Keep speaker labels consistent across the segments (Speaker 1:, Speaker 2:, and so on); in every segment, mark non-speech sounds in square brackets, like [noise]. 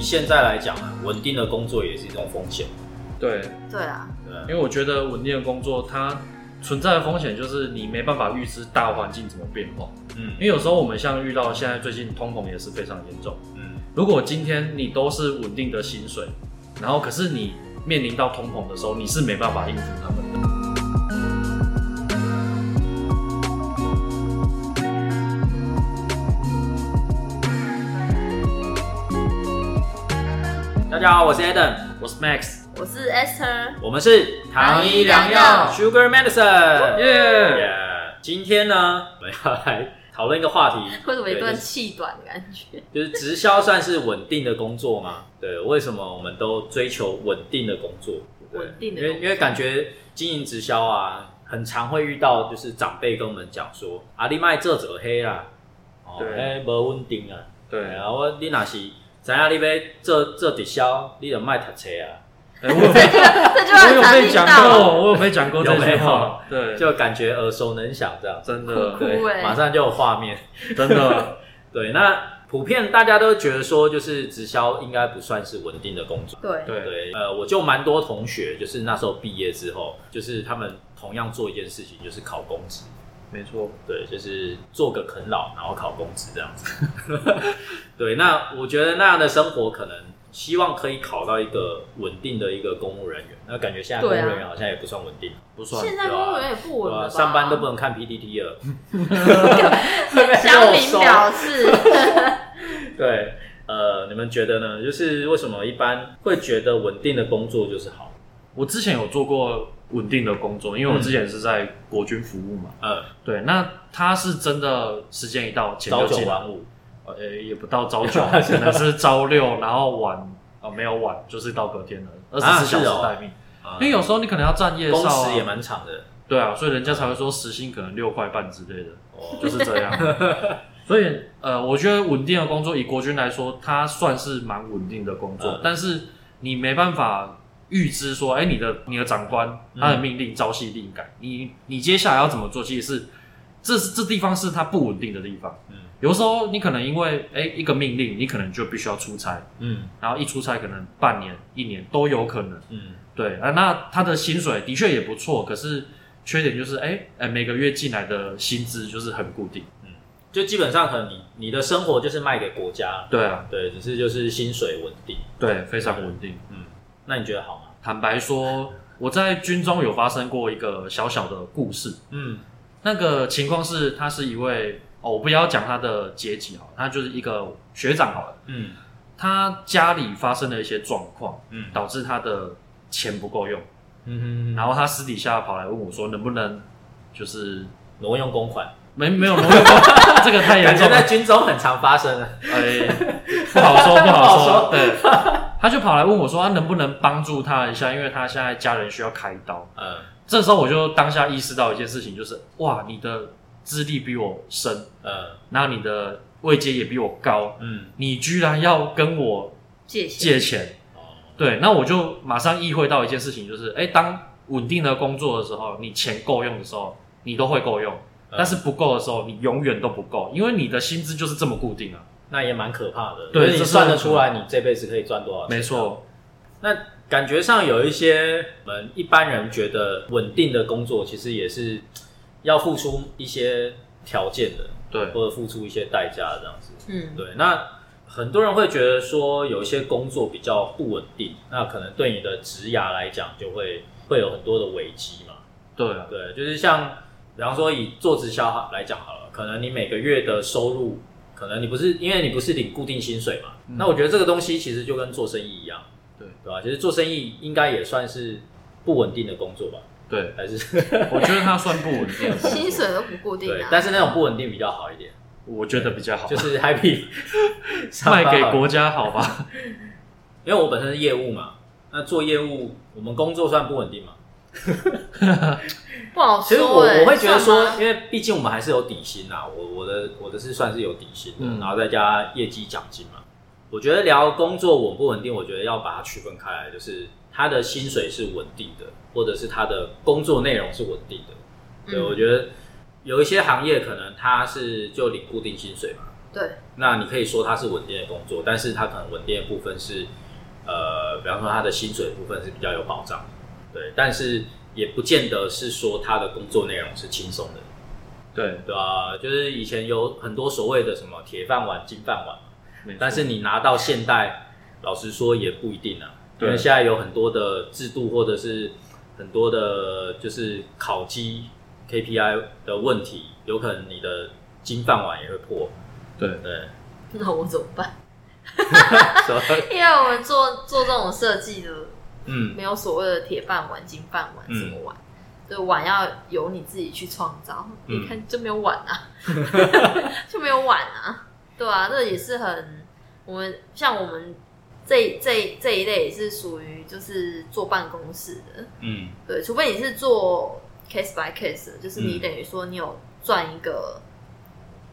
Speaker 1: 现在来讲啊，稳定的工作也是一种风险，
Speaker 2: 对，
Speaker 3: 对啊，
Speaker 1: 对
Speaker 2: 因
Speaker 1: 啊，
Speaker 2: 为我觉得稳定的工作它存在的风险就是你没办法预知大环境怎么变化，因
Speaker 1: 嗯
Speaker 2: 为有时候我们像遇到现在最近通膨也是非常严重。
Speaker 1: 嗯，
Speaker 2: 如果今天你都是稳定的薪水，然后可是你面临到通膨的时候，你是没办法应付他们的。
Speaker 1: 大家好，我是 Adam，
Speaker 2: 我是 Max，
Speaker 3: 我是 Esther，
Speaker 1: 我们是
Speaker 3: 糖衣良药，
Speaker 1: Sugar Medicine，
Speaker 2: 耶、
Speaker 1: Yeah，今天呢，我们要来讨论一个话题
Speaker 3: [laughs] 为什么一
Speaker 1: 对
Speaker 3: 段
Speaker 1: 就是
Speaker 3: 气短的感觉？
Speaker 1: 就是直销算是稳定的工作吗？对，为什么我们都追求稳定的工作？对
Speaker 3: 稳定的
Speaker 1: 因
Speaker 3: 工
Speaker 1: 为
Speaker 3: 作
Speaker 1: 因为感觉经营直销啊，很常会遇到就是长辈跟我们讲说，啊，你卖这者黑啦，哦，
Speaker 2: 对
Speaker 1: 哎，无稳定啊，
Speaker 2: 对，
Speaker 1: 然
Speaker 2: 哎、
Speaker 1: 后我你若是知影你要做做直销，你就卖读册啊，
Speaker 2: 哎我 [laughs] 有被
Speaker 3: 这就
Speaker 2: 我有
Speaker 3: 很常
Speaker 2: 被
Speaker 3: 听
Speaker 2: 讲
Speaker 3: 到，
Speaker 2: 过，我有被讲过这句话， [laughs] 对，
Speaker 1: 就感觉耳熟能详这样，
Speaker 2: 真的
Speaker 3: 酷酷欸
Speaker 1: 马上就有画面。
Speaker 2: 真的，
Speaker 1: 对，那普遍大家都觉得说，就是直销应该不算是稳定的工作。
Speaker 3: 对，
Speaker 2: 对，
Speaker 1: 对，呃，我就蛮多同学，就是那时候毕业之后，就是他们同样做一件事情，就是考公职。
Speaker 2: 没错，
Speaker 1: 对，就是做个啃老，然后考公职这样子。 [laughs] 对，那我觉得那样的生活可能希望可以考到一个稳定的一个公务人员。那感觉现在公务
Speaker 3: 对啊
Speaker 1: 人员好像也不算稳定，
Speaker 2: 不算，啊
Speaker 3: 现在公务员也不稳
Speaker 1: 对吧
Speaker 3: 了吧？
Speaker 1: 上班都不能看 PPT
Speaker 3: [laughs]
Speaker 1: 了，
Speaker 3: 乡民表示，
Speaker 1: [laughs] 对，呃，你们觉得呢？就是为什么一般会觉得稳定的工作就是好？
Speaker 2: 我之前有做过稳定的工作，因为我之前是在国军服务嘛，
Speaker 1: 呃，
Speaker 2: 对，那他是真的时间一到，钱
Speaker 1: 朝
Speaker 2: 就
Speaker 1: 九
Speaker 2: 进来
Speaker 1: 晚五，
Speaker 2: 呃、也不到朝九，可能是朝六，然后晚哦没有晚，就是到隔天了，二
Speaker 1: 啊
Speaker 2: 十四小
Speaker 1: 是
Speaker 2: 时
Speaker 1: 哦
Speaker 2: 待命。
Speaker 1: 啊
Speaker 2: 因为有时候你可能要站夜
Speaker 1: 工
Speaker 2: 哨、
Speaker 1: 时也
Speaker 2: 啊，
Speaker 1: 蛮长的。
Speaker 2: 对啊，所以人家才会说时薪可能六块半之类的，
Speaker 1: 哦，
Speaker 2: 就是这样。 [laughs] 所以呃，我觉得稳定的工作，以国军来说，它算是蛮稳定的工作，
Speaker 1: 嗯
Speaker 2: 但是你没办法预知说，哎、你的你的长官他的命令朝夕令改，你你接下来要怎么做，其实是这这地方是它不稳定的地方。
Speaker 1: 嗯
Speaker 2: 有时候你可能因为哎、一个命令，你可能就必须要出差，
Speaker 1: 嗯
Speaker 2: 然后一出差可能半年、一年都有可能。
Speaker 1: 嗯
Speaker 2: 对啊，那他的薪水的确也不错，可是缺点就是，哎、哎、每个月进来的薪资就是很固定。
Speaker 1: 就基本上可能你你的生活就是卖给国家，
Speaker 2: 对啊，
Speaker 1: 对，只是就是薪水稳定。
Speaker 2: 对，非常稳定。
Speaker 1: 嗯，那你觉得好吗？
Speaker 2: 坦白说，我在军中有发生过一个小小的故事。
Speaker 1: 嗯
Speaker 2: 那个情况是，他是一位哦，我不要讲他的阶级好了，他就是一个学长好了。
Speaker 1: 嗯
Speaker 2: 他家里发生了一些状况，
Speaker 1: 嗯
Speaker 2: 导致他的钱不够用，
Speaker 1: 嗯
Speaker 2: 然后他私底下跑来问我说，能不能就是
Speaker 1: 挪用公款，
Speaker 2: 没没有挪用，这个太
Speaker 1: [laughs]
Speaker 2: 严
Speaker 1: 感
Speaker 2: 重
Speaker 1: 觉 [laughs]
Speaker 2: 了
Speaker 1: 在。军中很常发 [laughs] 生啊。
Speaker 2: 哎，不好说，不
Speaker 1: 好
Speaker 2: 好
Speaker 1: 说
Speaker 2: 说。对，他就跑来问我说，他啊能不能帮助他一下，因为他现在家人需要开刀。
Speaker 1: 嗯
Speaker 2: 这时候我就当下意识到一件事情，就是哇，你的资历比我深，
Speaker 1: 嗯
Speaker 2: 那你的位阶也比我高，
Speaker 1: 嗯
Speaker 2: 你居然要跟我
Speaker 3: 借钱
Speaker 2: 借钱。
Speaker 1: 哦
Speaker 2: 对，那我就马上意会到一件事情，就是哎，当稳定的工作的时候，你钱够用的时候，你都会够用。
Speaker 1: 嗯
Speaker 2: 但是不够的时候，你永远都不够，因为你的薪资就是这么固定啊。
Speaker 1: 那也蛮可怕的。
Speaker 2: 对
Speaker 1: 就是你
Speaker 2: 这是
Speaker 1: 算得出来你这辈子可以赚多少钱？
Speaker 2: 没错，
Speaker 1: 那感觉上有一些我们一般人觉得稳定的工作，其实也是要付出一些条件的，
Speaker 2: 对，
Speaker 1: 或者付出一些代价这样子。
Speaker 3: 嗯，，
Speaker 1: 对，那很多人会觉得说有一些工作比较不稳定，那可能对你的职涯来讲就会会有很多的危机嘛。
Speaker 2: 对啊。
Speaker 1: 对，就是像比方说以做直销来讲好了，可能你每个月的收入，可能你不是因为你不是领固定薪水嘛，
Speaker 2: 嗯
Speaker 1: 那我觉得这个东西其实就跟做生意一样，
Speaker 2: 对
Speaker 1: 对吧？其实做生意应该也算是不稳定的工作吧，
Speaker 2: 对，
Speaker 1: 还是
Speaker 2: 我觉得它算不稳定啊
Speaker 3: 薪水都不固定
Speaker 1: [laughs] 对
Speaker 3: 啊，，
Speaker 1: 但是那种不稳定比较好一点，
Speaker 2: 我觉得比较好，
Speaker 1: 就是
Speaker 2: [laughs]
Speaker 1: happy
Speaker 2: 卖给国家好吧？
Speaker 1: 因为我本身是业务嘛，那做业务我们工作算不稳定嘛。
Speaker 3: 哦不好
Speaker 1: 其实我
Speaker 3: 说欸。
Speaker 1: 我会觉得说
Speaker 3: 算，吗
Speaker 1: 因为毕竟我们还是有底薪啊，我我的我的是算是有底薪的，
Speaker 2: 嗯
Speaker 1: 然后再加业绩奖金嘛。我觉得聊工作稳不稳定，我觉得要把它区分开来，就是他的薪水是稳定的，或者是他的工作内容是稳定的。对，
Speaker 3: 嗯
Speaker 1: 我觉得有一些行业可能他是就领固定薪水嘛，
Speaker 3: 对，
Speaker 1: 那你可以说它是稳定的工作，但是它可能稳定的部分是，呃，比方说它的薪水部分是比较有保障的，对，但是也不见得是说它的工作内容是轻松的，
Speaker 2: 对，
Speaker 1: 对啊，就是以前有很多所谓的什么铁饭碗、金饭碗，
Speaker 2: 没错
Speaker 1: 但是你拿到现代，老实说也不一定啊，因
Speaker 2: 对
Speaker 1: 为现在有很多的制度或者是很多的，就是考绩 KPI 的问题，有可能你的金饭碗也会破，
Speaker 2: 对
Speaker 1: 对，
Speaker 3: 那我怎么办？
Speaker 1: 所以
Speaker 3: 因为我们做做这种设计的，
Speaker 1: 嗯，
Speaker 3: 没有所谓的铁饭碗、金饭碗
Speaker 1: 嗯
Speaker 3: 什么碗，对碗要由你自己去创造。
Speaker 1: 嗯
Speaker 3: 你看就没有碗
Speaker 1: [laughs]
Speaker 3: 啊，就没有碗啊，对啊，这也是很我们像我们这这这一类也是属于就是坐办公室的，
Speaker 1: 嗯
Speaker 3: 对，除非你是做 case by case，的就是你
Speaker 1: 嗯
Speaker 3: 等于说你有赚一个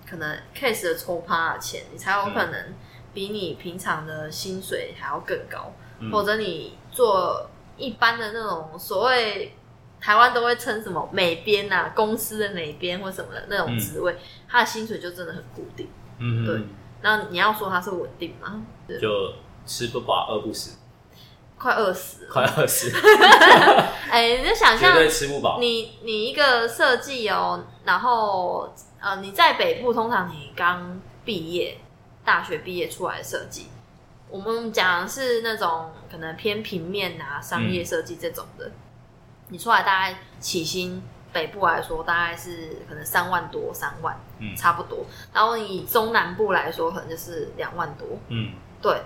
Speaker 3: 可能 case 的抽趴的钱，你才有可能比你平常的薪水还要更高，
Speaker 1: 嗯，
Speaker 3: 否则你做一般的那种所谓。台湾都会称什么美编呐、啊，公司的美编或什么的那种
Speaker 1: 嗯
Speaker 3: 职位，他的薪水就真的很固定。
Speaker 1: 嗯
Speaker 3: 对那你要说它是稳定吗？对
Speaker 1: 就吃不饱饿不死，
Speaker 3: 快饿死了！
Speaker 1: 快饿
Speaker 3: [laughs]
Speaker 1: 死，
Speaker 3: 哎、你就想
Speaker 1: 绝
Speaker 3: 象
Speaker 1: 对吃不饱，
Speaker 3: 你你一个设计哦，然后呃，你在北部通常你刚毕业，大学毕业出来的设计，我们讲的是那种可能偏平面啊、商业设计这种的，你出来大概起薪。北部来说，大概是可能三万多、三万，
Speaker 1: 嗯
Speaker 3: 差不多。然后以中南部来说，可能就是两万多，
Speaker 1: 嗯
Speaker 3: 对，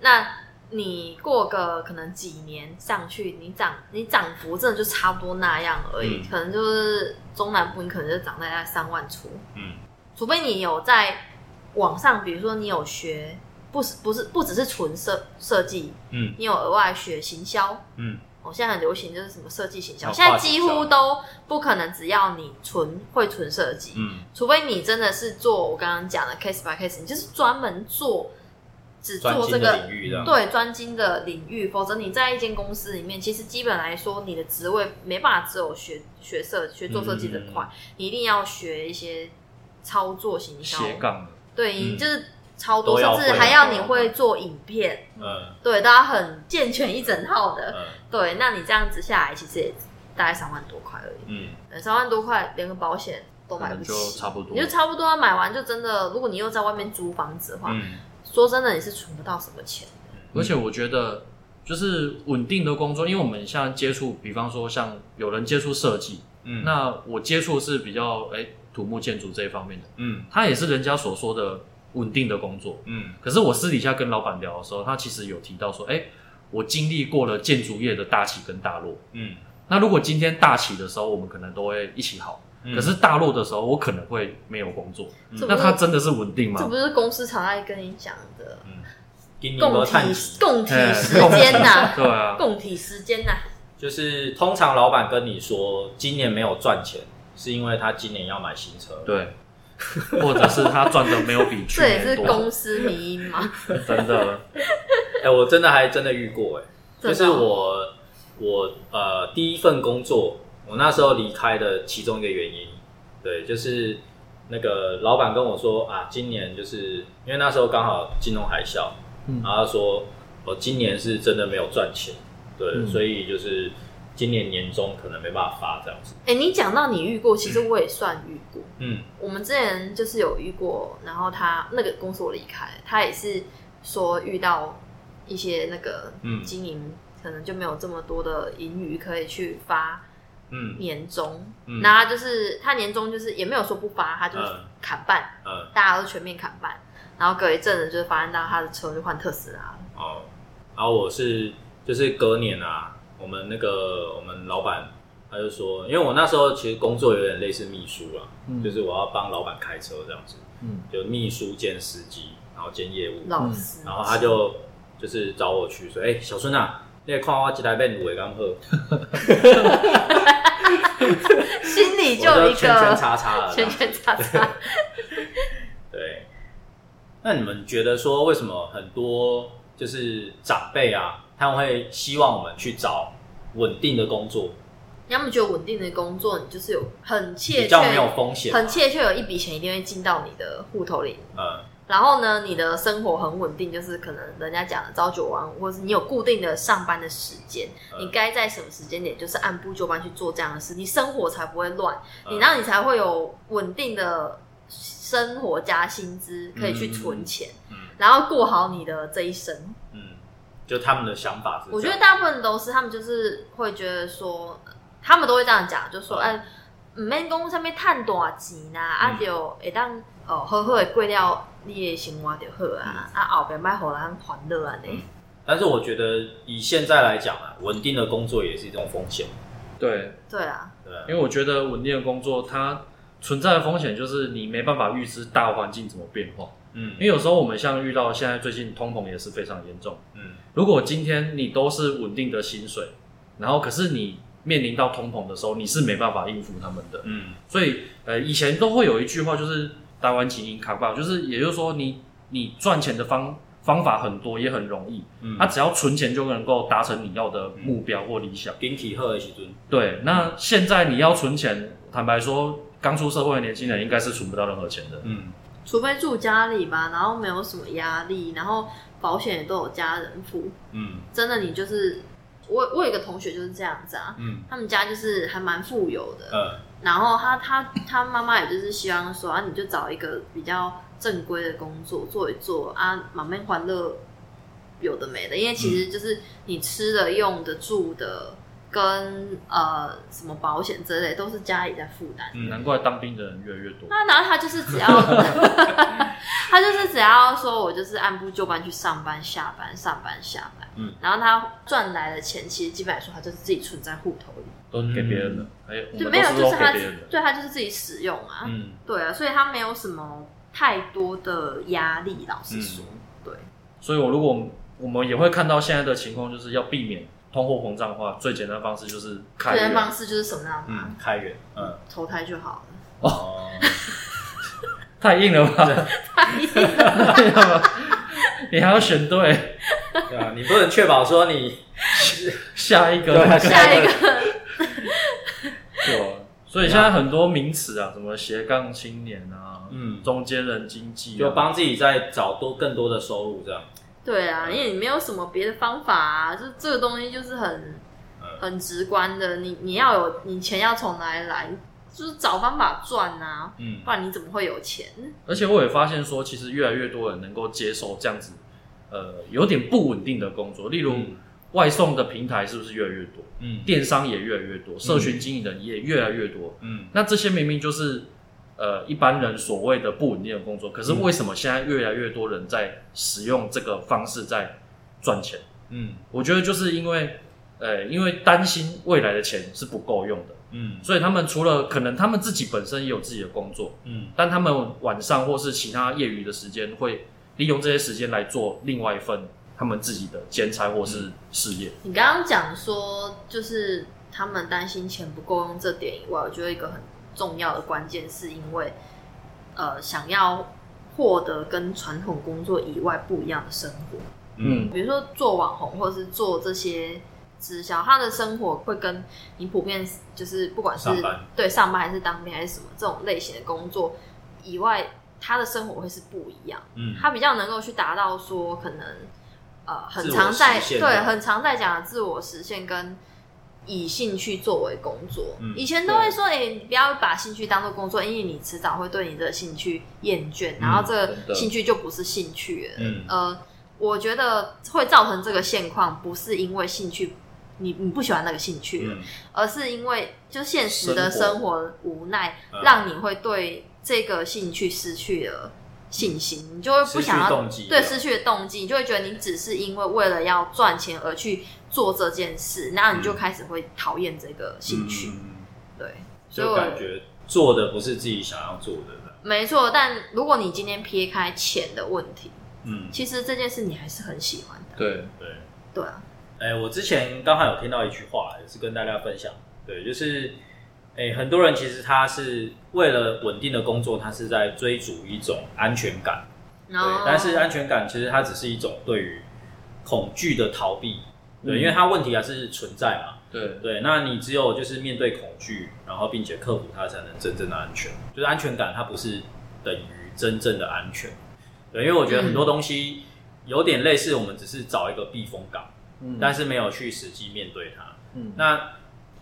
Speaker 3: 那你过个可能几年上去，你涨你涨幅真的就差不多那样而已，
Speaker 1: 嗯
Speaker 3: 可能就是中南部你可能就涨大概三万出，
Speaker 1: 嗯
Speaker 3: 除非你有在网上，比如说你有学，不是不是不只是纯设设计，
Speaker 1: 嗯
Speaker 3: 你有额外学行销。
Speaker 1: 嗯
Speaker 3: 哦，现在很流行就是什么设计行销，
Speaker 1: 哦
Speaker 3: 现在
Speaker 1: 跨行
Speaker 3: 几
Speaker 1: 销
Speaker 3: 乎都不可能，只要你纯会纯设计，
Speaker 1: 嗯
Speaker 3: 除非你真的是做我刚刚讲的 case by case，你就是专门做只
Speaker 1: 专
Speaker 3: 做
Speaker 1: 精
Speaker 3: 这
Speaker 1: 的
Speaker 3: 个
Speaker 1: 领域这样
Speaker 3: 对专精的领域，否则你在一间公司里面，其实基本来说，你的职位没办法只有学学设学做设计这块，
Speaker 1: 嗯
Speaker 3: 你一定要学一些操作行销，
Speaker 2: 斜杠的，
Speaker 1: 嗯
Speaker 3: 对，你就是超多，
Speaker 1: 都要
Speaker 3: 甚
Speaker 1: 会啊
Speaker 3: 至还要你会做影片，
Speaker 1: 嗯
Speaker 3: 对，都要很健全一整套的，
Speaker 1: 嗯
Speaker 3: 对，那你这样子下来，其实也大概三万多块而已，
Speaker 1: 嗯
Speaker 3: 呃三万多块连个保险都
Speaker 2: 可
Speaker 3: 买
Speaker 2: 能
Speaker 3: 不
Speaker 2: 就
Speaker 3: 起。
Speaker 2: 差不多
Speaker 3: 你
Speaker 1: 嗯
Speaker 3: 就。差不多要买完就真的，如果你又在外面租房子的话，
Speaker 1: 嗯，
Speaker 3: 说真的你是存不到什么钱。
Speaker 2: 而且我觉得，就是稳定的工作，因为我们像接触，比方说像有人接触设计，
Speaker 1: 嗯
Speaker 2: 那我接触是比较哎、土木建筑这一方面的，
Speaker 1: 嗯
Speaker 2: 它也是人家所说的稳定的工作。
Speaker 1: 嗯
Speaker 2: 可是我私底下跟老板聊的时候，他其实有提到说，哎、我经历过了建筑业的大起跟大落。
Speaker 1: 嗯，
Speaker 2: 那如果今天大起的时候，我们可能都会一起好；
Speaker 1: 嗯
Speaker 2: 可是大落的时候，我可能会没有工作。
Speaker 1: 嗯
Speaker 3: 这不
Speaker 2: 那
Speaker 3: 是
Speaker 2: 它真的是稳定
Speaker 3: 这
Speaker 2: 吗？
Speaker 3: 不是公司常爱跟你讲的
Speaker 1: 嗯，给你
Speaker 3: 共
Speaker 1: 个
Speaker 3: 体
Speaker 1: 探底，
Speaker 3: 共体
Speaker 2: 哎
Speaker 3: 时间呐、
Speaker 2: 对啊，
Speaker 3: 共体时间呐、
Speaker 1: 就是通常老板跟你说今年没有赚钱，是因为他今年要买新车，
Speaker 2: 对，或者是他赚的没有比去
Speaker 3: 这也
Speaker 2: 年
Speaker 3: 是
Speaker 2: 多
Speaker 3: 公，司迷因嘛。
Speaker 2: 真的，
Speaker 1: 哎、我真的还真的遇过、哎，就
Speaker 3: 真
Speaker 1: 是
Speaker 3: 的哦
Speaker 1: 我我呃第一份工作，我那时候离开的其中一个原因，对，就是那个老板跟我说啊，今年就是因为那时候刚好金融海啸，
Speaker 2: 嗯
Speaker 1: 然后他说我、今年是真的没有赚钱，对，
Speaker 2: 嗯
Speaker 1: 所以就是今年年终可能没办法发这样子，
Speaker 3: 哎、你讲到你遇过，其实我也算遇过。
Speaker 1: 嗯
Speaker 3: 我们之前就是有遇过，然后他那个公司我离开，他也是说遇到一些那个
Speaker 1: 嗯
Speaker 3: 经营可能就没有这么多的盈余可以去发
Speaker 1: 嗯
Speaker 3: 年终，
Speaker 1: 嗯
Speaker 3: 那他就是他年终就是也没有说不发，他就是
Speaker 1: 嗯
Speaker 3: 砍半，
Speaker 1: 嗯
Speaker 3: 大家都全面砍半。然后隔一阵子就是发现到他的车就换特斯拉了，
Speaker 1: 哦，然后我是就是隔年啊，我们那个我们老板他就说，因为我那时候其实工作有点类似秘书啊，
Speaker 2: 嗯
Speaker 1: 就是我要帮老板开车这样子，
Speaker 2: 嗯
Speaker 1: 就秘书兼司机，然后兼业务，
Speaker 3: 老师，
Speaker 1: 嗯然后他就就是找我去说，哎、小孙啊。你也看我这台变五刚喝，
Speaker 3: 心里
Speaker 1: 我
Speaker 3: 就有一
Speaker 1: 圈圈
Speaker 3: 个
Speaker 1: 叉叉了。这
Speaker 3: 圈
Speaker 1: 样
Speaker 3: 圈叉
Speaker 1: [laughs]
Speaker 3: 叉，
Speaker 1: 对，那你们觉得说为什么很多就是长辈啊，他们会希望我们去找稳定的工作，
Speaker 3: 你要么觉得稳定的工作，你就是有很
Speaker 1: 比
Speaker 3: 切切
Speaker 1: 较没有风险，
Speaker 3: 很切切有一笔钱一定会进到你的户头里，
Speaker 1: 呃，
Speaker 3: 然后呢，你的生活很稳定，就是可能人家讲的朝九晚五，或是你有固定的上班的时间，
Speaker 1: 嗯
Speaker 3: 你该在什么时间点就是按部就班去做这样的事，你生活才不会乱，
Speaker 1: 嗯
Speaker 3: 你让你才会有稳定的生活加薪资可以去存钱，
Speaker 1: 嗯
Speaker 3: 然后过好你的这一生。
Speaker 1: 嗯，就他们的想法是这样，
Speaker 3: 我觉得大部分都是他们就是会觉得说，呃他们都会这样讲，就说
Speaker 1: 嗯
Speaker 3: 哎，唔免讲啥物趁大钱啦，啊
Speaker 1: 嗯
Speaker 3: 就会当哦好好的过了你的生活就好啊，
Speaker 1: 嗯
Speaker 3: 啊后边卖互人欢乐安尼。
Speaker 1: 但是我觉得以现在来讲啊，稳定的工作也是一种风险，
Speaker 2: 对，
Speaker 3: 对啊，
Speaker 1: 对吧
Speaker 2: 因为我觉得稳定的工作它存在的风险就是你没办法预知大环境怎么变化，
Speaker 1: 嗯
Speaker 2: 因为有时候我们像遇到现在最近通膨也是非常严重。
Speaker 1: 嗯
Speaker 2: 如果今天你都是稳定的薪水，然后可是你面临到通膨的时候，你是没办法应付他们的。
Speaker 1: 嗯
Speaker 2: 所以呃，以前都会有一句话就是“台湾经营卡吧”，就是也就是说你你赚钱的方方法很多，也很容易，
Speaker 1: 嗯，
Speaker 2: 他、只要存钱就能够达成你要的目标或理想。
Speaker 1: 顶起喝的时阵，
Speaker 2: 对，那现在你要存钱，坦白说，刚出社会的年轻人应该是存不到任何钱的。
Speaker 1: 嗯
Speaker 3: 除非住家里吧，然后没有什么压力，然后保险也都有家人付，
Speaker 1: 嗯
Speaker 3: 真的你就是我我有一个同学就是这样子啊，
Speaker 1: 嗯
Speaker 3: 他们家就是还蛮富有的，
Speaker 1: 呃
Speaker 3: 然后他他他妈妈也就是希望说啊，你就找一个比较正规的工作做一做啊，满面欢乐，有的没的，因为其实就是你吃的、用的、住的，跟呃什么保险之类，都是家里在负担。
Speaker 2: 难
Speaker 1: 嗯
Speaker 2: 怪当兵的人越来越多。
Speaker 3: 那然后他就是只要，他就是只要说我就是按部就班去上班、下班、上班、下班，
Speaker 1: 嗯，
Speaker 3: 然后他赚来的钱，其实基本来说他就是自己存在户头里，
Speaker 2: 都给别人了，哎、我
Speaker 3: 就
Speaker 2: 们
Speaker 3: 没
Speaker 2: 都
Speaker 3: 有
Speaker 2: 是
Speaker 3: 就
Speaker 2: 都
Speaker 3: 是他
Speaker 2: 给别人的。
Speaker 3: 对他就是自己使用啊，
Speaker 1: 嗯
Speaker 3: 对啊，所以他没有什么太多的压力，老
Speaker 2: 嗯
Speaker 3: 实说，对，
Speaker 2: 所以，我如果我们也会看到现在的情况，就是要避免通货膨胀的话，最简单的方式就是开
Speaker 3: 对
Speaker 2: 源
Speaker 3: 人。方式就是什么样嘛，
Speaker 1: 嗯，开源，嗯
Speaker 3: 投胎就好
Speaker 2: [laughs]
Speaker 3: 了。
Speaker 1: 哦，
Speaker 2: 太硬了吧？太硬了吧？你还要选对
Speaker 1: 对啊，你不能确保说你
Speaker 2: 下一个。
Speaker 1: 对啊
Speaker 3: 下一个
Speaker 2: [laughs] 对啊所以现在很多名词啊，什么斜杠青年啊，
Speaker 1: [laughs] 嗯
Speaker 2: 中间人经济、啊，
Speaker 1: 就帮自己再找多更多的收入这样，
Speaker 3: 对啊，因为你没有什么别的方法啊，就这个东西就是很
Speaker 1: 嗯
Speaker 3: 很直观的，你你要有你钱要从哪里来，就是找方法赚啊，
Speaker 1: 嗯
Speaker 3: 不然你怎么会有钱？
Speaker 2: 而且我也发现说，其实越来越多人能够接受这样子，呃，有点不稳定的工作，例如
Speaker 1: 嗯
Speaker 2: 外送的平台是不是越来越多？
Speaker 1: 嗯
Speaker 2: 电商也越来越多，社群经营人也越来越多。
Speaker 1: 嗯
Speaker 2: 那这些明明就是呃一般人所谓的不稳定的工
Speaker 1: 嗯
Speaker 2: 作，可是为什么现在越来越多人在使用这个方式在赚钱？
Speaker 1: 嗯
Speaker 2: 我觉得就是因为呃，因为担心未来的钱是不够用的，
Speaker 1: 嗯
Speaker 2: 所以他们除了可能他们自己本身也有自己的工作，
Speaker 1: 嗯
Speaker 2: 但他们晚上或是其他业余的时间会利用这些时间来做另外一份他们自己的兼差或是事业。
Speaker 3: 你刚刚讲说，就是他们担心钱不够用这点以外，我觉得一个很重要的关键是因为，呃，想要获得跟传统工作以外不一样的生活，
Speaker 1: 嗯
Speaker 3: 比如说做网红或是做这些直销，他的生活会跟你普遍就是不管是
Speaker 1: 上班
Speaker 3: 对上班还是当兵还是什么这种类型的工作以外，他的生活会是不一样的。
Speaker 1: 嗯
Speaker 3: 他比较能够去达到说可能呃很
Speaker 1: 自我
Speaker 3: 常在
Speaker 1: 实现
Speaker 3: 对
Speaker 1: 的
Speaker 3: 很常在讲的自我实现跟以兴趣作为工作。
Speaker 1: 嗯
Speaker 3: 以前都会说，哎、你不要把兴趣当做工作，因为你迟早会对你的兴趣厌倦，然后这
Speaker 2: 真
Speaker 3: 个
Speaker 2: 的
Speaker 3: 兴趣就不是兴趣了。
Speaker 1: 嗯
Speaker 3: 呃，我觉得会造成这个现况，不是因为兴趣。你你不喜欢那个兴趣了，
Speaker 1: 嗯
Speaker 3: 而是因为就现实的生
Speaker 2: 生
Speaker 3: 活无奈，
Speaker 1: 嗯
Speaker 3: 让你会对这个兴趣失去了信心，你就会不
Speaker 1: 失去
Speaker 3: 想要
Speaker 1: 动机
Speaker 3: 对
Speaker 1: 了
Speaker 3: 失去了动机，你就会觉得你只是因为为了要赚钱而去做这件事，那你就开始会讨厌这个兴趣。
Speaker 1: 嗯嗯
Speaker 3: 对，所以
Speaker 1: 就
Speaker 3: 我
Speaker 1: 感觉做的不是自己想要做的，
Speaker 3: 没错。但如果你今天撇开钱的问题，
Speaker 1: 嗯，
Speaker 3: 其实这件事你还是很喜欢的。
Speaker 2: 对，
Speaker 1: 对。
Speaker 3: 对啊，
Speaker 1: 哎、我之前刚好有听到一句话，也是跟大家分享，对，就是，哎、很多人其实他是为了稳定的工作，他是在追逐一种安全感，
Speaker 3: 然
Speaker 1: 对，
Speaker 3: 后
Speaker 1: 但是啊安全感其实它只是一种对于恐惧的逃避，对，
Speaker 2: 嗯
Speaker 1: 因为它问题还是存在嘛，
Speaker 2: 对，
Speaker 1: 对，那你只有就是面对恐惧，然后并且克服它，才能真正的安全。就是安全感，它不是等于真正的安全。对，因为我觉得很多
Speaker 3: 嗯
Speaker 1: 东西有点类似，我们只是找一个避风港，
Speaker 2: 嗯
Speaker 1: 但是没有去实际面对它。
Speaker 2: 嗯
Speaker 1: 那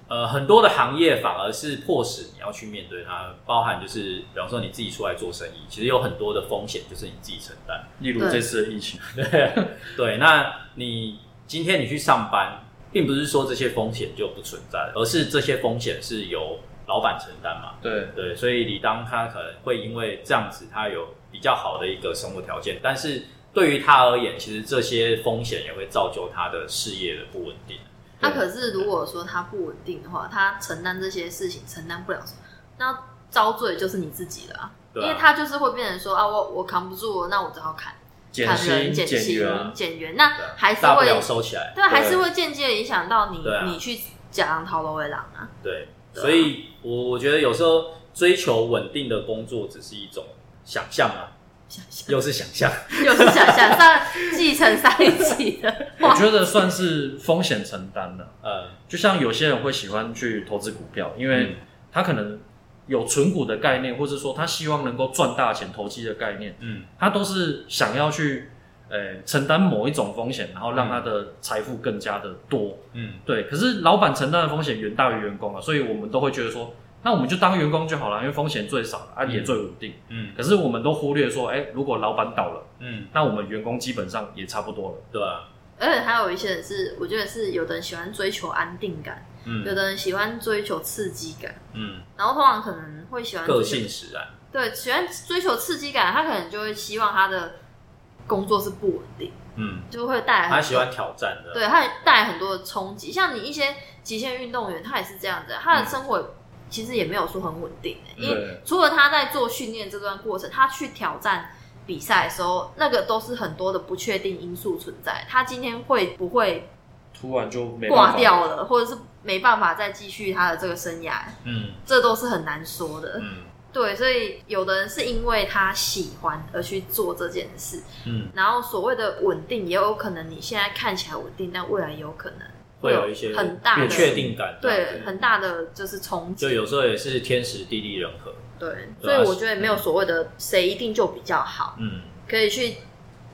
Speaker 1: 呃，很多的行业反而是迫使你要去面对它，包含就是比方说你自己出来做生意，其实有很多的风险就是你自己承担。 [laughs]
Speaker 2: 例如
Speaker 3: 对
Speaker 2: 这次的疫情，
Speaker 1: 对，那你今天你去上班，并不是说这些风险就不存在，而是这些风险是由老板承担嘛。
Speaker 2: 对，
Speaker 1: 对，所以李当他可能会因为这样子，他有比较好的一个生活条件，但是对于他而言，其实这些风险也会造就他的事业的不稳定。
Speaker 3: 那可是如果说他不稳定的话，他承担这些事情承担不了，那遭罪就是你自己了、啊，因
Speaker 1: 对、啊，
Speaker 3: 为他就是会变成说啊，我我扛不住了，那我只好砍
Speaker 2: 减
Speaker 3: 砍人、
Speaker 2: 薪
Speaker 3: 减
Speaker 2: 减
Speaker 3: 薪、
Speaker 2: 员，
Speaker 3: 减员，那
Speaker 1: 对啊
Speaker 3: 还是
Speaker 1: 大不
Speaker 3: 会
Speaker 1: 了收起来。
Speaker 3: 对，啊还是会间接影响到你
Speaker 1: 对啊
Speaker 3: 你去假狼逃楼为狼啊，
Speaker 1: 对，
Speaker 3: 对啊
Speaker 1: 所以我我觉得有时候追求稳定的工作只是一种想象啊，
Speaker 3: 想象
Speaker 1: 又是想
Speaker 3: [laughs]
Speaker 1: 象。
Speaker 3: [laughs] 又是想象上继承上一集的， [laughs]
Speaker 2: 我觉得算是风险承担了。
Speaker 1: 嗯，
Speaker 2: 就像有些人会喜欢去投资股票，因为他可能有存股的概念，或者说他希望能够赚大钱投机的概念，
Speaker 1: 嗯
Speaker 2: 他都是想要去呃承担某一种风险，然后让他的财富更加的多。
Speaker 1: 嗯，
Speaker 2: 对，可是老板承担的风险远大于员工啊，所以我们都会觉得说，那我们就当员工就好了，因为风险最少，啊
Speaker 1: 嗯
Speaker 2: 也最稳定。
Speaker 1: 嗯
Speaker 2: 可是我们都忽略说，哎、如果老板倒了，
Speaker 1: 嗯，
Speaker 2: 那我们员工基本上也差不多了。
Speaker 1: 对啊，
Speaker 3: 而且还有一些人是，我觉得是有的人喜欢追求安定感，有
Speaker 1: 嗯
Speaker 3: 的人喜欢追求刺激感，
Speaker 1: 嗯，
Speaker 3: 然后通常可能会喜欢追
Speaker 1: 个
Speaker 3: 求
Speaker 1: 性使然。
Speaker 3: 对喜欢追求刺激感，他可能就会希望他的工作是不稳定，
Speaker 1: 嗯，
Speaker 3: 就会带来很多
Speaker 1: 他喜欢挑战的。
Speaker 3: 对，它也带来很多的冲击。像你一些极限运动员，他也是这样子，他的生活其实也没有说很稳定、欸，因为
Speaker 2: 对，
Speaker 3: 除了他在做训练这段过程，他去挑战比赛的时候，那个都是很多的不确定因素存在。他今天会不会
Speaker 2: 突然就没办
Speaker 3: 挂
Speaker 2: 法
Speaker 3: 掉了，或者是没办法再继续他的这个生涯，
Speaker 1: 嗯
Speaker 3: 这都是很难说的。
Speaker 1: 嗯
Speaker 3: 对，所以有的人是因为他喜欢而去做这件事，
Speaker 1: 嗯，
Speaker 3: 然后所谓的稳定，也有可能你现在看起来稳定，但未来有可能
Speaker 1: 会有一些
Speaker 3: 很大
Speaker 1: 不
Speaker 3: 的
Speaker 1: 确定感。
Speaker 3: 对很大的就是冲
Speaker 1: 就
Speaker 3: 击。
Speaker 1: 有时候也是天时地利人和。
Speaker 3: 对，所
Speaker 1: 对啊
Speaker 3: 以我觉得没有所谓的谁一定就比较好，
Speaker 1: 嗯
Speaker 3: 可以去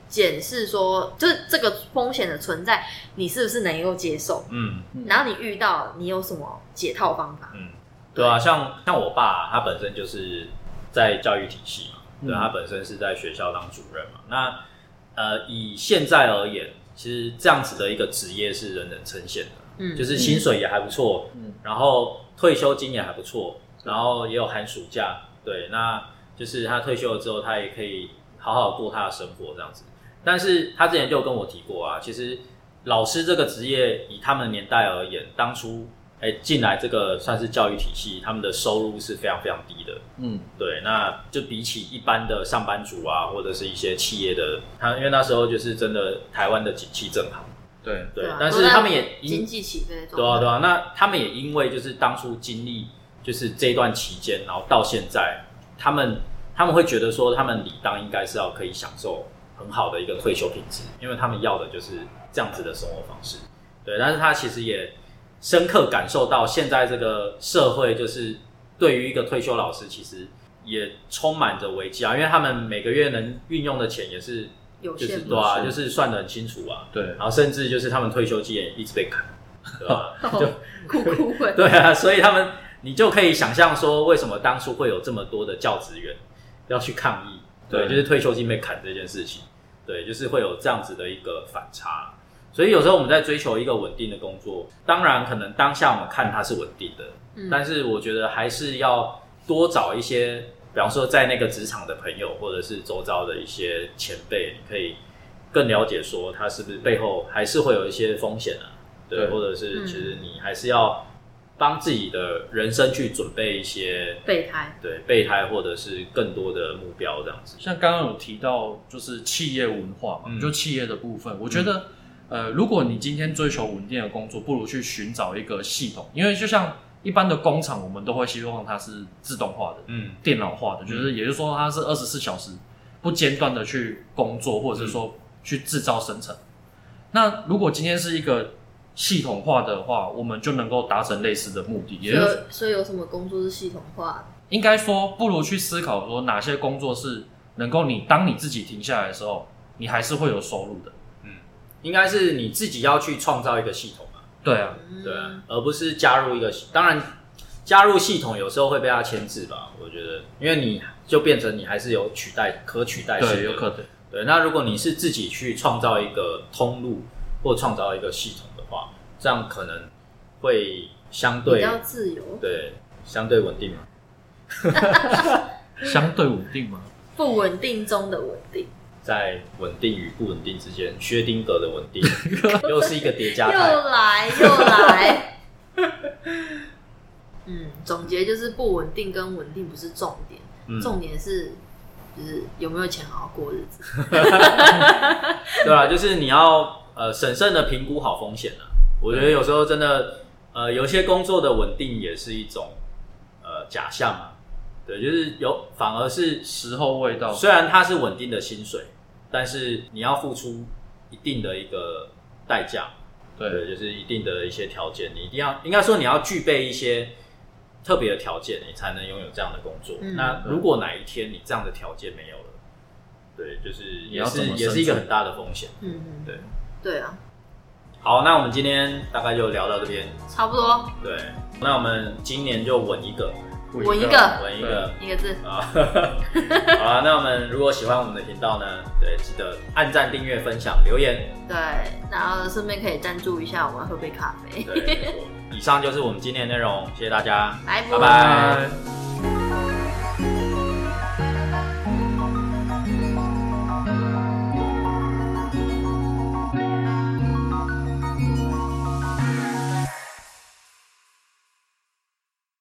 Speaker 3: 检视说，就是这个风险的存在，你是不是能够接受？
Speaker 1: 嗯
Speaker 2: 嗯
Speaker 3: 然后你遇到，你有什么解套方法？
Speaker 1: 嗯，对啊，像像我爸，他本身就是在教育体系嘛，对、啊
Speaker 2: 嗯
Speaker 1: 他本身是在学校当主任嘛。那呃，以现在而言，其实这样子的一个职业是人人称羡的，
Speaker 3: 嗯，
Speaker 1: 就是薪水也还不错，
Speaker 2: 嗯
Speaker 1: 然后退休金也还不错，然后也有寒暑假，对，那就是他退休了之后，他也可以好好过他的生活这样子。但是他之前就有跟我提过啊，其实老师这个职业，以他们年代而言，当初哎进来这个算是教育体系，他们的收入是非常非常低的，
Speaker 2: 嗯
Speaker 1: 对，那就比起一般的上班族啊，或者是一些企业的，他因为那时候就是真的台湾的景气正好，
Speaker 2: 对
Speaker 1: 对，
Speaker 3: 啊
Speaker 1: 但
Speaker 3: 都
Speaker 1: 是
Speaker 3: 在
Speaker 1: 他们也因
Speaker 3: 经济起飞中，
Speaker 1: 对啊，对啊，那他们也因为就是当初经历就是这段期间，然后到现在，他们他们会觉得说，他们理当应该是要可以享受很好的一个退休品质，因为他们要的就是这样子的生活方式。对，但是他其实也深刻感受到现在这个社会，就是对于一个退休老师，其实也充满着危机啊，因为他们每个月能运用的钱也是
Speaker 3: 有
Speaker 1: 就是
Speaker 3: 限
Speaker 1: 对
Speaker 3: 度，
Speaker 1: 啊，
Speaker 2: 是
Speaker 1: 就是算得很清楚啊，
Speaker 2: 对，
Speaker 1: 然后甚至就是他们退休金也一直被砍，对吧、
Speaker 3: [laughs] 哭哭会，
Speaker 1: 啊 [laughs] 对啊，所以他们你就可以想象说，为什么当初会有这么多的教职员要去抗议，对，
Speaker 2: 对
Speaker 1: 就是退休金被砍这件事情，对，就是会有这样子的一个反差。所以有时候我们在追求一个稳定的工作，当然可能当下我们看它是稳定的，
Speaker 3: 嗯
Speaker 1: 但是我觉得还是要多找一些，比方说在那个职场的朋友，或者是周遭的一些前辈，你可以更了解说他是不是背后还是会有一些风险啊，对，
Speaker 2: 对
Speaker 1: 或者是
Speaker 3: 嗯
Speaker 1: 其实你还是要帮自己的人生去准备一些
Speaker 3: 备胎，
Speaker 1: 对备胎或者是更多的目标这样子。
Speaker 2: 像刚刚有提到，就是企业文化嘛，
Speaker 1: 嗯
Speaker 2: 就企业的部分，我觉得，呃，如果你今天追求稳定的工作，不如去寻找一个系统，因为就像一般的工厂，我们都会希望它是自动化的、
Speaker 1: 嗯
Speaker 2: 电脑化的，就是也就是说它是二十四小时不间断的去工作，或者是
Speaker 1: 嗯
Speaker 2: 说去制造生产。那如果今天是一个系统化的话，我们就能够达成类似的目的，也
Speaker 3: 所
Speaker 2: 就是
Speaker 3: 以所以有什么工作是系统化的？
Speaker 2: 应该说，不如去思考说哪些工作是能够你当你自己停下来的时候，你还是会有收入的。
Speaker 1: 应该是你自己要去创造一个系统嘛，
Speaker 2: 对啊，
Speaker 3: 嗯
Speaker 1: 对啊，而不是加入一个系。当然，加入系统有时候会被它牵制吧，我觉得，因为你就变成你还是有取代可取代性的，
Speaker 2: 对，有可能。
Speaker 1: 对，那如果你是自己去创造一个通路或创造一个系统的话，这样可能会相
Speaker 3: 比
Speaker 1: 对
Speaker 3: 较自由，
Speaker 1: 对相对稳定嘛。
Speaker 2: 相对稳定嘛。
Speaker 3: 不稳定中的稳定，
Speaker 1: 在稳定与不稳定之间，薛丁格的稳
Speaker 2: [laughs]
Speaker 1: 定又是一个叠加
Speaker 3: 又
Speaker 1: 态。
Speaker 3: 来又来。
Speaker 1: [laughs]
Speaker 3: 嗯，总结就是不稳定跟稳定不是重点，
Speaker 1: 嗯，
Speaker 3: 重点是就是有没有钱好好过日子。
Speaker 1: 对啊，就是你要呃审慎的评估好风险啊。我觉得有时候真的呃，有些工作的稳定也是一种呃假象嘛。对，就是有反而是
Speaker 2: 时候未到，
Speaker 1: 虽然它是稳定的薪水，但是你要付出一定的一个代价，
Speaker 2: 对，
Speaker 1: 就是一定的一些条件，你一定要，应该说你要具备一些特别的条件，你才能拥有这样的工作。
Speaker 3: 嗯
Speaker 1: 那如果哪一天你这样的条件没有了，对，就是
Speaker 2: 你
Speaker 1: 也
Speaker 2: 要怎
Speaker 1: 是
Speaker 2: 么
Speaker 1: 也
Speaker 2: 生
Speaker 1: 是一个
Speaker 2: 存
Speaker 1: 很大的风险。
Speaker 3: 嗯，
Speaker 1: 对，
Speaker 3: 对啊，
Speaker 1: 好，那我们今天大概就聊到这边，
Speaker 3: 差不多
Speaker 1: 对，那我们今年就稳一个，
Speaker 3: 稳一个
Speaker 1: 稳一个。
Speaker 3: 一个字。
Speaker 1: 啊，好了，那我们如果喜欢我们的频道呢，对，记得按赞、订阅、分享、留言。
Speaker 3: 对，然后顺便可以赞助一下我们喝杯咖啡。
Speaker 1: 对，没错以上就是我们今天的内容，谢谢大家，
Speaker 3: 拜
Speaker 1: 拜拜
Speaker 2: 拜。